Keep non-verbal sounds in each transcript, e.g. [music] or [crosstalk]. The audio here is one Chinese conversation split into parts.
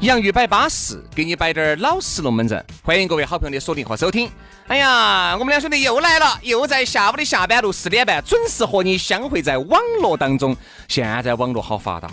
洋芋摆巴适，给你摆点儿老实龙门阵。欢迎各位好朋友的锁定和收听。哎呀，我们两兄弟又来了，又在下午的下班路四点半准时和你相会在网络当中。现在网络好发达，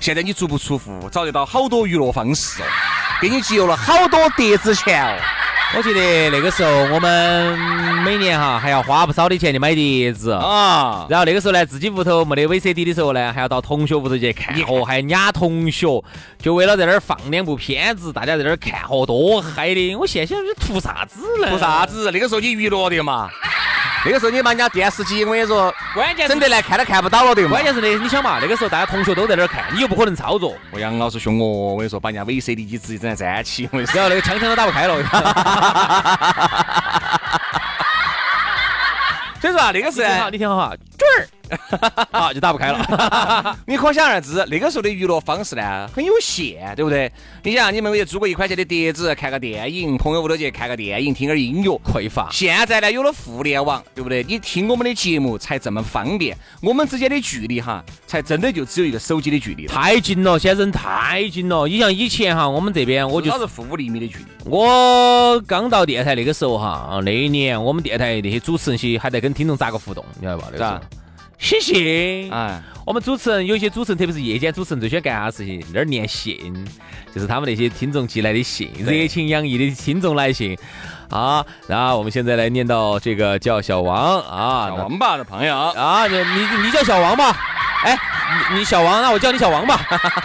现在你足不出户，找得到好多娱乐方式哦，给你节约了好多叠子钱哦。我记得那个时候我们每年哈还要花不少的钱去买碟子啊，然后那个时候呢，自己屋头没得 VCD 的时候呢，还要到同学屋头去看哦，还压同学，就为了在那儿放两部片子，大家在那儿看哦，多嗨的！我现在想，这图啥子呢？图啥？子？那个时候你娱乐的嘛，那个时候你把人家电视机，我跟你说，关键整得来看都看不到了的嘛。关键是呢，你想嘛，那个时候大家同学都在那儿看，你又不可能 [laughs] 操作，我杨老师凶哦，我跟你说，把人家 VCD 机直接整成粘起，我跟你说然。后那个枪枪都打不开了。所以说啊，那个你是听好，你听好哈，准儿，啊就打不开了。你可想而知，那个时候的娱乐方式呢很有限，对不对？你想，你们也租个一块钱的碟子，看个电影，朋友屋头去看个电影，听点音乐。匮乏。现在呢，有了互联网，对不对？你听我们的节目才这么方便，我们之间的距离哈，才真的就只有一个手机的距离了，太近了，现在人太近了。你像以前哈，我们这边我就至少是负五厘米的距离。我刚到电台那个时候哈，啊那一年我们电台那些主持人些还在跟听众咋个互动，你晓得吧？那个时候咋，谢谢。哎，我们主持人有些主持人，特别是夜间主持人，最喜欢干啥事情？那儿念信，就是他们那些听众寄来的信，对热情洋溢的听众来信啊。然后我们现在来念到这个叫小王啊，小那王八的朋友，啊，你你你叫小王吧？哎，你你小王，那我叫你小王吧。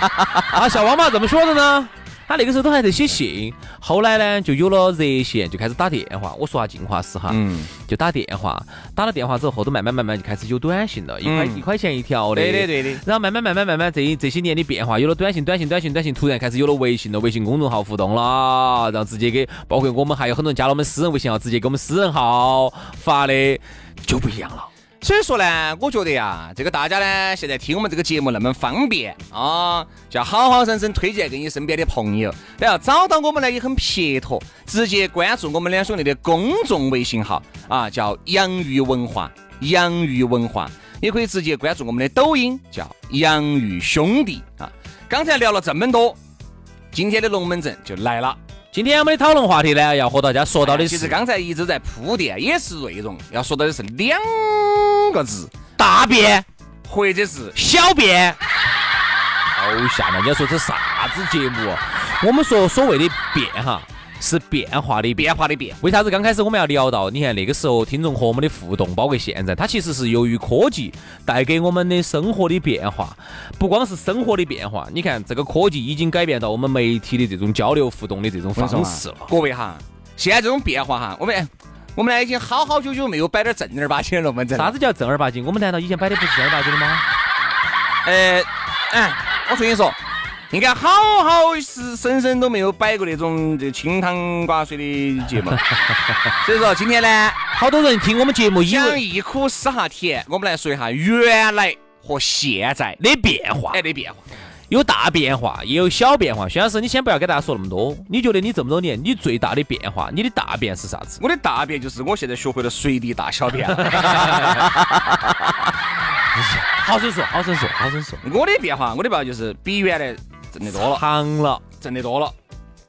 [laughs] 啊，小王吧怎么说的呢？他那个时候都还在写信，后来呢就有了热线，就开始打电话。我说下进化史哈，嗯，就打电话，打了电话之后，后头慢慢慢慢就开始有短信了，一块、嗯一块钱一条的。对的对的，然后慢慢慢慢慢慢，这这些年的变化，有了短信，短信，短信，短信，突然开始有了微信了，微信公众号互动了，然后直接给，包括我们还有很多人加了我们私人微信号，直接给我们私人号发的，就不一样了。所以说呢，我觉得呀，这个大家呢，现在听我们这个节目那么方便啊，就要好好生生推荐给你身边的朋友。然后找到我们呢也很撇脱，直接关注我们两兄弟的公众微信号啊，叫“洋芋文化”，洋芋文化，也可以直接关注我们的抖音，叫“洋芋兄弟”啊。刚才聊了这么多，今天的龙门阵就来了。今天我们的讨论话题呢，要和大家说到的哎其实是刚才一直在铺垫，也是内容要说到的是两个字：大便，或者是小便。好吓人！人家说这啥子节目哦？我们说所谓的变哈，是变化的变。变化的变。为啥子刚开始我们要聊到？你看那个时候听众和我们的互动，包括现在，它其实是由于科技带给我们的生活的变化，不光是生活的变化。你看这个科技已经改变到我们媒体的这种交流互动的这种我跟你说啊方式了。各位哈，现在这种变化哈，我们哎我们呢已经好好久久没有摆点正儿八经的龙门阵了。啥子叫正儿八经？我们难道以前摆的不是正儿八经的吗？呃，哎，我跟你说，应该好好是生生都没有摆过那种这清汤寡水的节目。所以说今天呢，好多人听我们节目以讲为一苦思哈甜，我们来说一下原来和现在的变化哎，的变化。有大变化，也有小变化。薛老师，你先不要给大家说那么多。你觉得你这么多年，你最大的变化，你的大变是啥子？我的大便就是我现在学会了随地大小便。 [laughs] 好生说，好生说，好生说。我的变化，我的变化就是比原来挣得多 [laughs] 了，长了，挣得多了，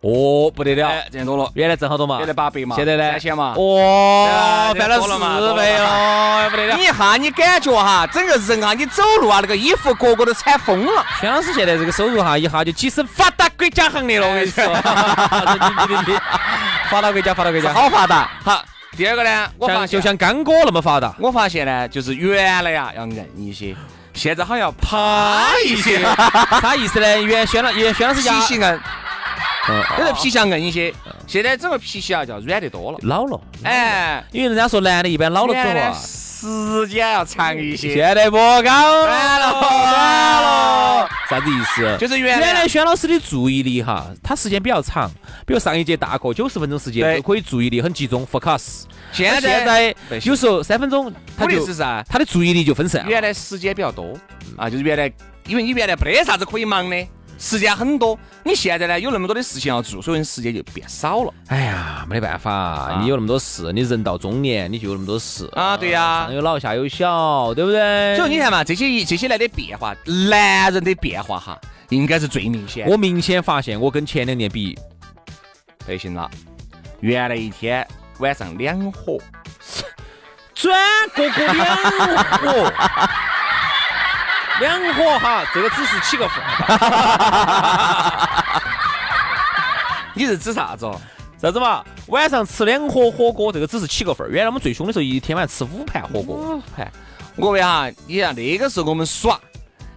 哦，不得了。哎，啊挣得多了。原来挣好多嘛原来，八百嘛，现在呢三千嘛，哎哦，对翻了多了嘛多了四嘛倍 [laughs] 哦，不得了。你一下，你感觉哈，整个人啊，你走路啊，那个衣服个个都踩疯了。薛老师现在这个收入哈，一下就跻身 [laughs] 发达国家行列了，我跟你说。哎 [laughs] 发达国家，发达国家，好发达。 [laughs] 好，第二个呢，我发像就现，像刚哥那么发达。我发现呢，就是原来呀要硬一些，现在好像趴一些，啊啥意思呢？原薛老原薛老师洗家嗯洗硬。都是皮相硬一些。现在整个皮鞋啊，叫软得多了。老了，哎，因为人家说男的一般老了之后啊，时间要长一些。现在不高完了完了，啥子意思？就是原原来来轩老师的注意力哈，他时间比较长，比如上一节大课九十分钟时间对就可以注意力很集中，focus。现他现在在有时候三分钟他我的意就思是啥？他的注意力就分散了。原来时间比较多啊，就是原来因为你原来没得啥子可以忙的，时间很多。你现在呢有那么多的事情要做，所以你时间就变少了。哎呀，没得办法，你有那么多事，你人到中年你就有那么多事啊对呀上有老下有小，对不对？所以你看嘛，这些这些来的变化，男人的变化哈，应该是最明显的。我明显发现我跟前两年比，不哎行了，原来一天晚上两盒，转过过两盒，两盒哈，这个只是起个 [laughs] 缝，你是指啥子哦？啥子嘛？晚上吃两盒火锅，这个只是起个缝儿。原来我们最凶的时候，一天晚上吃五盘火锅，嗨，我问哈，你像那个时候我们耍，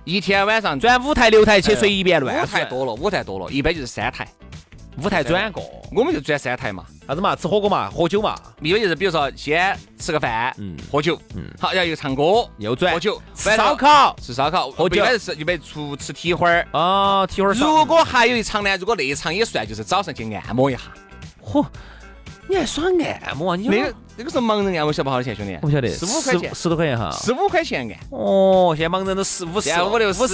一天晚上转转五台六台去随便乱哎五台转，多了，五台多了，一般就是三台，五台转过，我们就转三台嘛。啥子嘛？吃火锅嘛，喝酒嘛，一般就是比如说先吃个饭，嗯喝酒，嗯好，然后又唱歌，又转喝酒，吃烧，烤吃烧烤，喝酒一般是一般出吃体会儿。啊，提会儿烧如果还有一场呢，如果那一场也算，就是早上去按摩一下。嚯，你还耍按摩啊？你那个那个时候盲人按摩晓得不好多钱，兄弟？我不晓得，十五块钱，十多块钱哈。十五块钱按。哦，现在盲人都十五十现在哎五六十，五十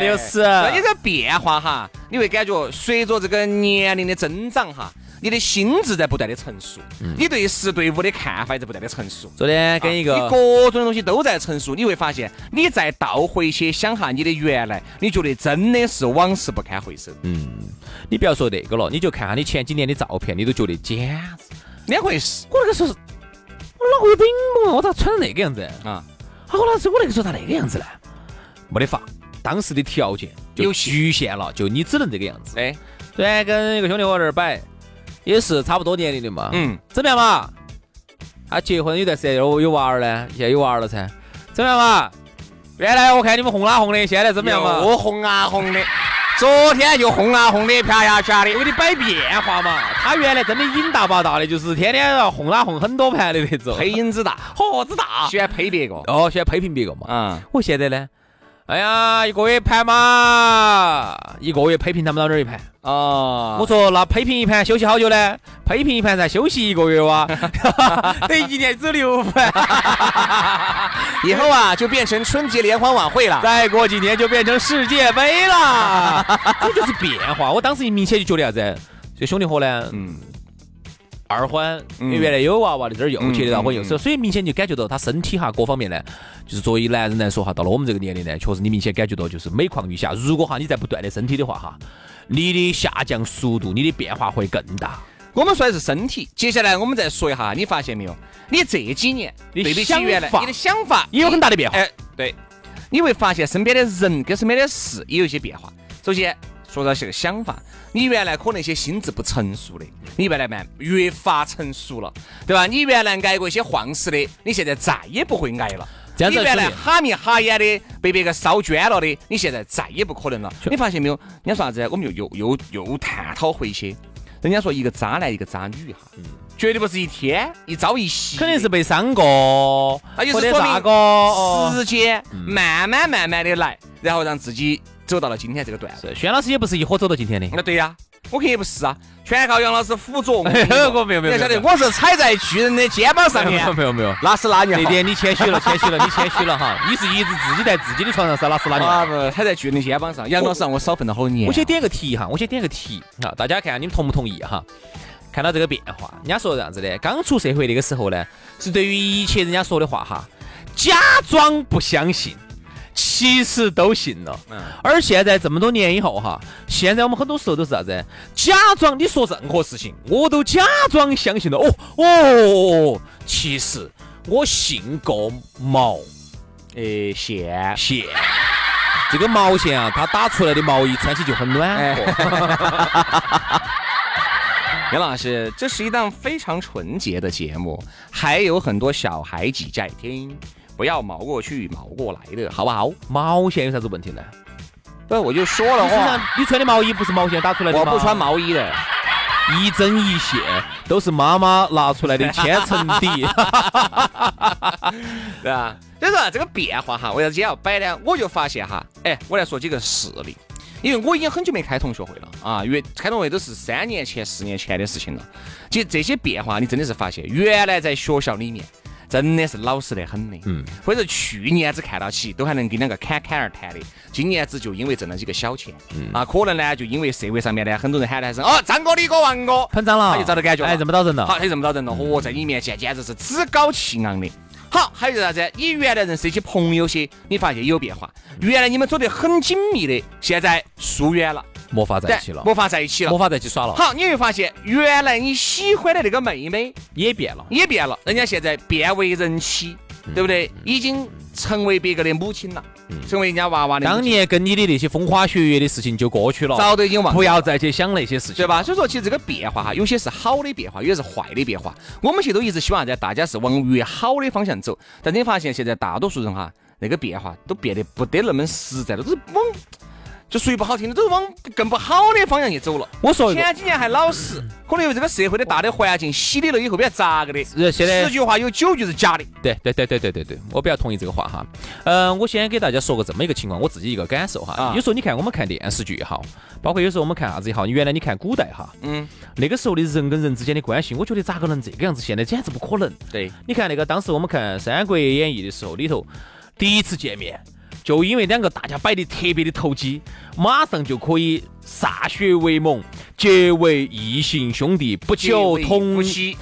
六十，所以这个变化哈，你会感觉随着这个年龄的增长哈，你的心智在不断的成熟，你对十对五的看法也在不断的成熟。昨天嗯跟一啊你个各种东西都在成熟，你会发现，你再倒回去想哈，你的原来，你觉得真的是往事不堪回首，嗯你不要说那个了，你就看下你前几年的照片，你都觉得简直。两回事我那个时候是，我脑壳有病嘛，我咋穿成那个样子？啊。啊，我那时候我那个时候咋那个样子呢？没得法，当时的条件就有局限了，就你只能这个样子。哎，昨天跟一个兄弟伙在那儿摆，也是差不多年龄的嘛，嗯，怎么样嘛？他结婚有段时间有有娃儿呢，现在有娃儿了噻，怎么样嘛？原来我看你们红啦红的，现在怎么样嘛？又红啊 [laughs] 红的，昨天又红啊红的，啪呀啪的我，给你摆变化嘛。他原来真的瘾大把大的，就是天天要红啦红很多盘的那种，配音之大，火子大。喜欢配别个，哦，现在批评别个嘛。啊，我现在呢，哎呀，一个月盘嘛，一个月批评他们老娘儿一盘。哦，我说那批评一盘休息好久呢？批评一盘才休息一个月哇， [laughs] 等于一年只有六盘。以后啊，就变成春节联欢晚会了。 [laughs] 再过几年就变成世界杯了， [laughs] 这就是变化。我当时一明显就觉得啥子，这兄弟伙呢，嗯，二婚，因嗯为原来有娃娃的，这儿又结的到婚又嗯嗯是，所以明显就感觉到他身体哈各方面呢，就是作为男人来说哈，到了我们这个年龄呢，确实你明显感觉到就是每况愈下。如果哈你在不断的身体的话哈，你的下降速度，你的变化会更大。我们说的是身体，接下来我们再说一下，你发现没有？你这几年你对比起想原来，法你的想法也有很大的变化哎，对，你会发现身边的人跟身边的事也有一些变化。首先说到这个想法，你原来可能一些心智不成熟的，你原来慢越发成熟了，对吧？你原来挨过一些晃事的，你现在再也不会挨了。这样你子原来兄弟哈密哈眼的被别个烧捐了的，你现在再也不可能了。是你发现没有？人家说啥子？我们又又又又探讨回去。人家说一个渣男一个渣女哈，绝对不是一天一朝一夕嗯的，肯定是被伤过，那就或是者说啥个哦明时间慢慢慢慢的来，然后让自己走到了今天这个段位。是轩老师也不是一伙走到今天的。那对呀、我肯定不是啊，全靠杨老师辅佐我。哎我 [laughs] 没有没有没有你要晓得我是踩在巨人的肩膀 [laughs] 上没面有，没有没有，那是哪里这好？点你谦虚了，谦虚了，你谦虚了哈！你是一直自己在自己的床上撒拉屎拉尿。啊不，踩在巨人的肩膀上，杨老师让我少奋斗好多年。我先点个题哈，我先点个题啊，大家看下你们同不同意哈？看到这个变化，人家说啥子呢？刚出社会那个时候呢，是对于一切人家说的话哈，假装不相信，其实都信了。嗯而现在这么多年以后哈，现在我们很多时候都是啥子？假装你说任何事情，我都假装相信了。哦哦哦，哦其实我信个毛。呃线，线。这个毛线啊，它打出来的毛衣穿起就很哎暖和。 [laughs] 杨哎老师，这是一档非常纯洁的节目，还有很多小孩子在听，不要毛过去毛过来的，好不好？毛线有啥子问题呢？不，我就说了你身上话，你穿的毛衣不是毛线打出来的我吗？不穿，毛衣的。一针一线都是妈妈拿出 [laughs] 来的千层底。对啊，所以说啊这个变化哈，为啥子今天要摆呢？我就发现哈，哎，我来说几个事例，因为我已经很久没开同学会了啊，越开同学会都是三年前、四年前的事情了。其实这些变化，你真的是发现，原来在学校里面真的是老实得很的，嗯，或者说去年子看到起都还能跟两个侃侃而谈的，今年子就因为挣了几个小钱，啊，可能呢就因为社会上面呢很多人喊的还是哦张哥、李哥、王哥，膨胀了，他就找到感觉了，哎，认不到人了。嗯好，他认不到人了，哦，在你面前简直是趾高气昂的。好，还有啥子？你原来认识一些朋友些，你发现有变化。嗯原来你们走得很紧密的，现在疏远了，没法在一起了，没法在一起没了。法在一起耍了，好，你会发现原来你喜欢的那个妹妹也变了。也变了，人家现在变为人妻，嗯对不对？已经成为别个的母亲了，成为人家娃娃的母当亲。年跟你的那些风花雪月的事情就过去了，早都已经忘了不要再去想那些事情，对？吧？所以说，其实这个变化哈，有些是好的变化，有些是坏的变化。我们其实都一直希望在大家是往越好的方向走，但你发现现在大多数人哈，那个变化都变得不得那么实在了，都是往就说句不好听的，都是往更不好的方向去走了。我说一个，前几年还老实，可能因为这个社会的大的环境洗礼了以后，变咋个的？呃现在十句话有九句是假的。对对对对对对对，我比较同意这个话哈。嗯、我先给大家说个这么一个情况，我自己一个感受哈。啊有时候你看我们看电视剧也好，包括有时候我们看啥子也好，原来你看古代哈，嗯，那个时候的人跟人之间的关系，我觉得咋个能这个样子？现在简直不可能。对，你看那个当时我们看《三国演义》的时候，里头第一次见面，就因为两个大家摆的特别的投机，马上就可以歃血为盟，结为异姓兄弟，不求同兄夫妻，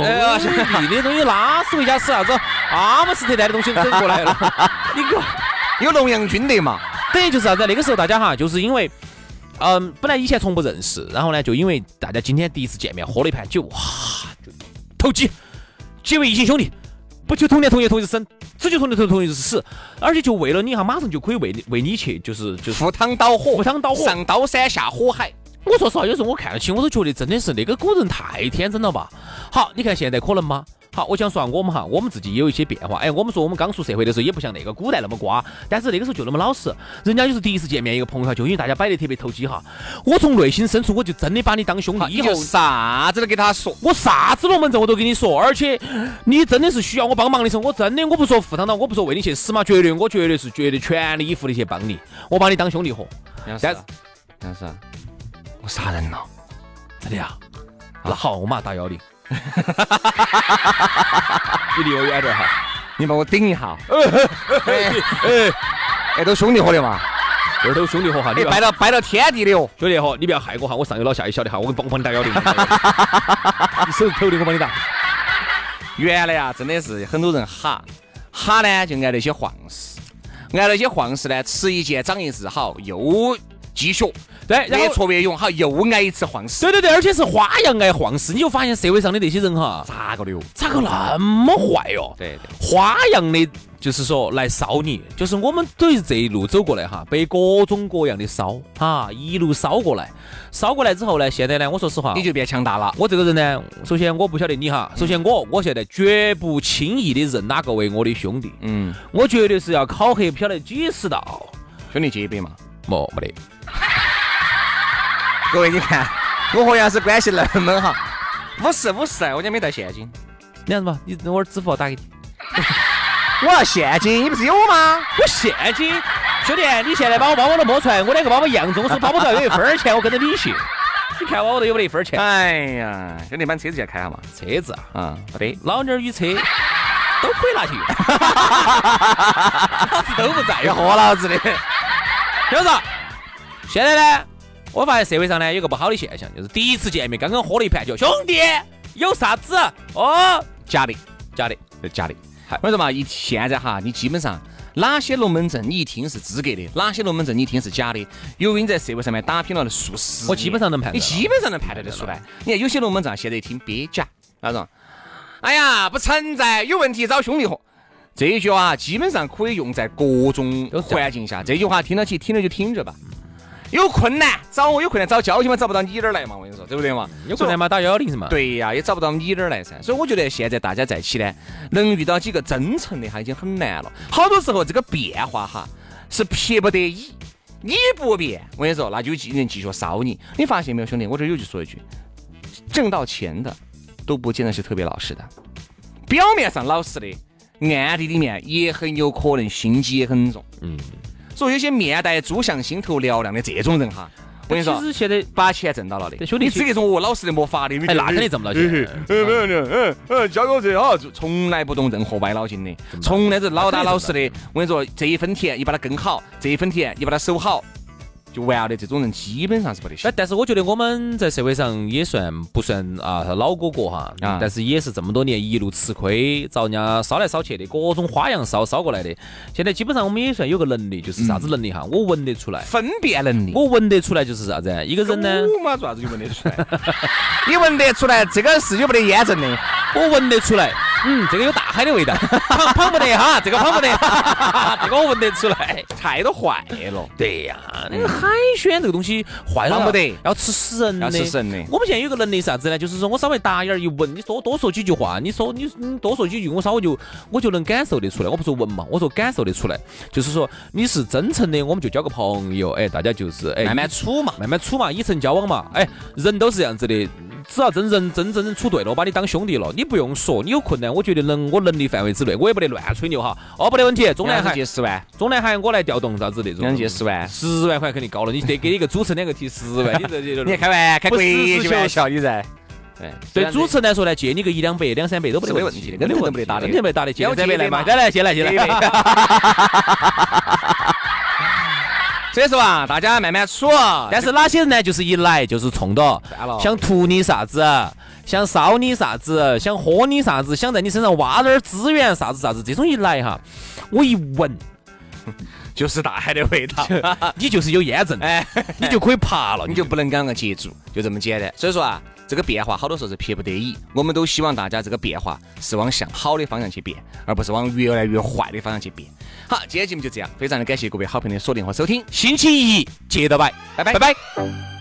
哎弟那东西，那是回家吃啥子啊阿姆斯特丹的东西都整过来 [laughs] 了，你给我。有龙阳君的嘛？ [laughs] 等于就是啥子啊？那个时候大家哈，就是因为，嗯，本来以前从不认识，然后呢，就因为大家今天第一次见面，喝了一盘酒，哇，就投机，结为异姓兄弟，不求同年同月同日生，只求同年同月同日死，而且就为了你哈，马上就可以为你为你去，就是就是。赴汤蹈火，赴汤蹈火上刀山下火海。我说实话，有时候我看到起，我都觉得真的是那个古人太天真了吧。好，你看现在可能吗？好，我想说啊我们哈，我们自己也有一些变化。哎，我们说我们刚出社会的时候，也不像那个古代那么瓜，但是那个时候就那么老实。人家就是第一次见面一个朋友哈，就因为大家摆得特别投机哈。我从内心深处我就真的把你当兄嗯弟，以以后后啥子都给他说。我啥子龙门阵我都跟你说，而且你真的是需要我帮忙的时候，我真的我不说赴汤蹈，我不说为你去死嘛，绝对我绝对是绝对全力以赴的去帮你，我把你当兄弟伙，杨但师，杨师，我杀人了。真的哎呀。那好，我马上打 [laughs] 幺零。你离我远点哈！你帮我顶一下。啊 [laughs] 哎哎，都兄弟伙的嘛，这都兄弟伙哈，你哎，不拜要到拜到天地的哦。兄弟伙，你不要害我哈，我上有老下有小的哈，我帮我帮你打幺零。你手头的我帮 [laughs] 你打。原来啊，真的是很多人哈哈呢，就挨那些晃事，挨那些晃事呢，吃一堑长一智，好又积雪，对，然越后挫越勇，好又挨一次晃事，对对对，而且是花样挨晃事，你就发现社会上的那些人哈，咋个的哟？咋个那么坏哟、对对，花样的，就是说来烧你，就是我们对于这一路走过来哈，被各种各样的烧啊，一路烧过来，烧过来之后呢，现在呢，我说实话，你就变强大了。我这个人呢，首先我不晓得你哈，首先我我现在绝不轻易的认哪个为我的兄弟，嗯，我绝对是要考核不晓得几十道，兄弟姐一杯嘛。没没得，各位，你看我和杨师关系那么好，五十五十，我家没带现金。你看什么？你等会儿支付宝打给你，我要现金，你不是有吗？我现金，兄弟，你现在把我包包都摸出来，我两个包包一样重，我手包包上有一分儿钱，我跟着你去，你看我包头有没得一分儿钱？哎呀，兄弟，把你车子先开下嘛。车子啊。 [laughs] 啊，好的。老妞儿与车都可以拿去 [laughs] 用，老子都不在要乎。喝老子 [laughs] 的，就是说现在呢，我发现社会上呢有个不好的现象，就是第一次见面刚刚喝了一盘酒，兄弟有啥子？哦，假的，假的，这假的。我说嘛，一现在啊哈，你基本上哪些龙门阵你一听是资格的，哪些龙门阵你一听是假的。由于你在社会上面打拼了数十年，我基本上能判断你基本上能判断得出来。你看有些龙门阵啊现在一听憋假那种，哎呀不存在，有问题找兄弟伙。这一句话基本上可以用在各种都是这样环境下，这句话听到起听着就听着吧。有困难找我，有困难找交警嘛，找不到你这儿来嘛，我跟你说，对不对嘛？有困难吗？打幺幺零是吗？，对呀、也找不到你哪儿来噻。所以我觉得现在大家在一起呢，能遇到几个真诚的，哈，已经很难了。好多时候这个变化哈是撇不得已，你不变，我跟你说，那就有人继续烧你。你发现没有，兄弟？我这有句说一句，挣到钱的都不见得是特别老实的，表面上老实的，暗地里面也很有可能心机也很重。嗯，所以有些面带猪相、心头嘹亮的这种人哈，我跟你说其，实现在，把钱挣到了的，对兄弟你只给种我老实的没法的，哎，那肯定挣不到钱。嗯，没有没有，嗯嗯，交给我这哈，从来不懂任何歪脑筋的，从来是老打老实 [laughs] 的。我跟你说，这一分田你把它耕好，这一分田你把它守好，就完了的。这种人基本上是不得行哎，。但是我觉得我们在社会上也算不算啊老哥哥哈，嗯啊但是也是这么多年一路吃亏，遭人家烧来烧去的，各种花样烧烧过来的。现在基本上我们也算有个能力，就是嗯啥子能力哈，我闻得出来，分辨能力，我闻得出来就是啥子啊，一个人呢，狗嘛，做啥子就闻得出来？ [laughs] 你闻得出来，这个是有没得验证的。我闻得出来，嗯，这个有大海的 [laughs] 味道，胖胖不得哈，这个胖不得， [laughs] 这个我闻得出来。菜都坏了，对呀、那个海鲜这个东西坏了嗯防不得要吃死人的，要吃死人的我们现在有个能力是啥子呢？就是说我稍微打眼儿一闻，你说多说几句话，你说你你多说几句，我稍微就我就能感受得出来。我不说闻嘛，我说感受得出来，就是说你是真诚的，我们就交个朋友，哎，大家就是哎慢慢处嘛。慢慢处嘛，以诚交往嘛，哎，人都是这样子的。只要真人真正处对了，我把你当兄弟了，你不用说，你有困难，我觉得能我能力范围之内，我也不得乱吹牛哈。哦，不得问题，中南两海借十万，中南海我来调动啥子那种，两借十万，十万块肯定高了，你得给一个主持人两个提十 [laughs] 万，你这这你还开玩开国际玩笑，你在。哎对主持人来说呢，借你个一两百、两三百都不得是没问问题的根根本本不得打的根本不得打的，借要两三百借来嘛，嘛来来，借来借 [laughs] 来。所以说啊，大家慢慢处，但是哪些人呢？就是一来就是冲的算了，想图你啥子，想烧你啥子，想喝你啥子，想在你身上挖点儿资源啥子啥子，这种一来哈，我一闻就是大海的味道。啊你就是有烟症，哎， [laughs] 你就可以爬了，你就不能刚刚接住，就这么简单。所以说啊，这个变化好多时候是迫不得已，我们都希望大家这个变化是往向好的方向去变，而不是往越来越坏的方向去变。好，今天节目就这样，非常的感谢各位好朋友的锁定和收听，星期一接着摆，拜拜，拜拜。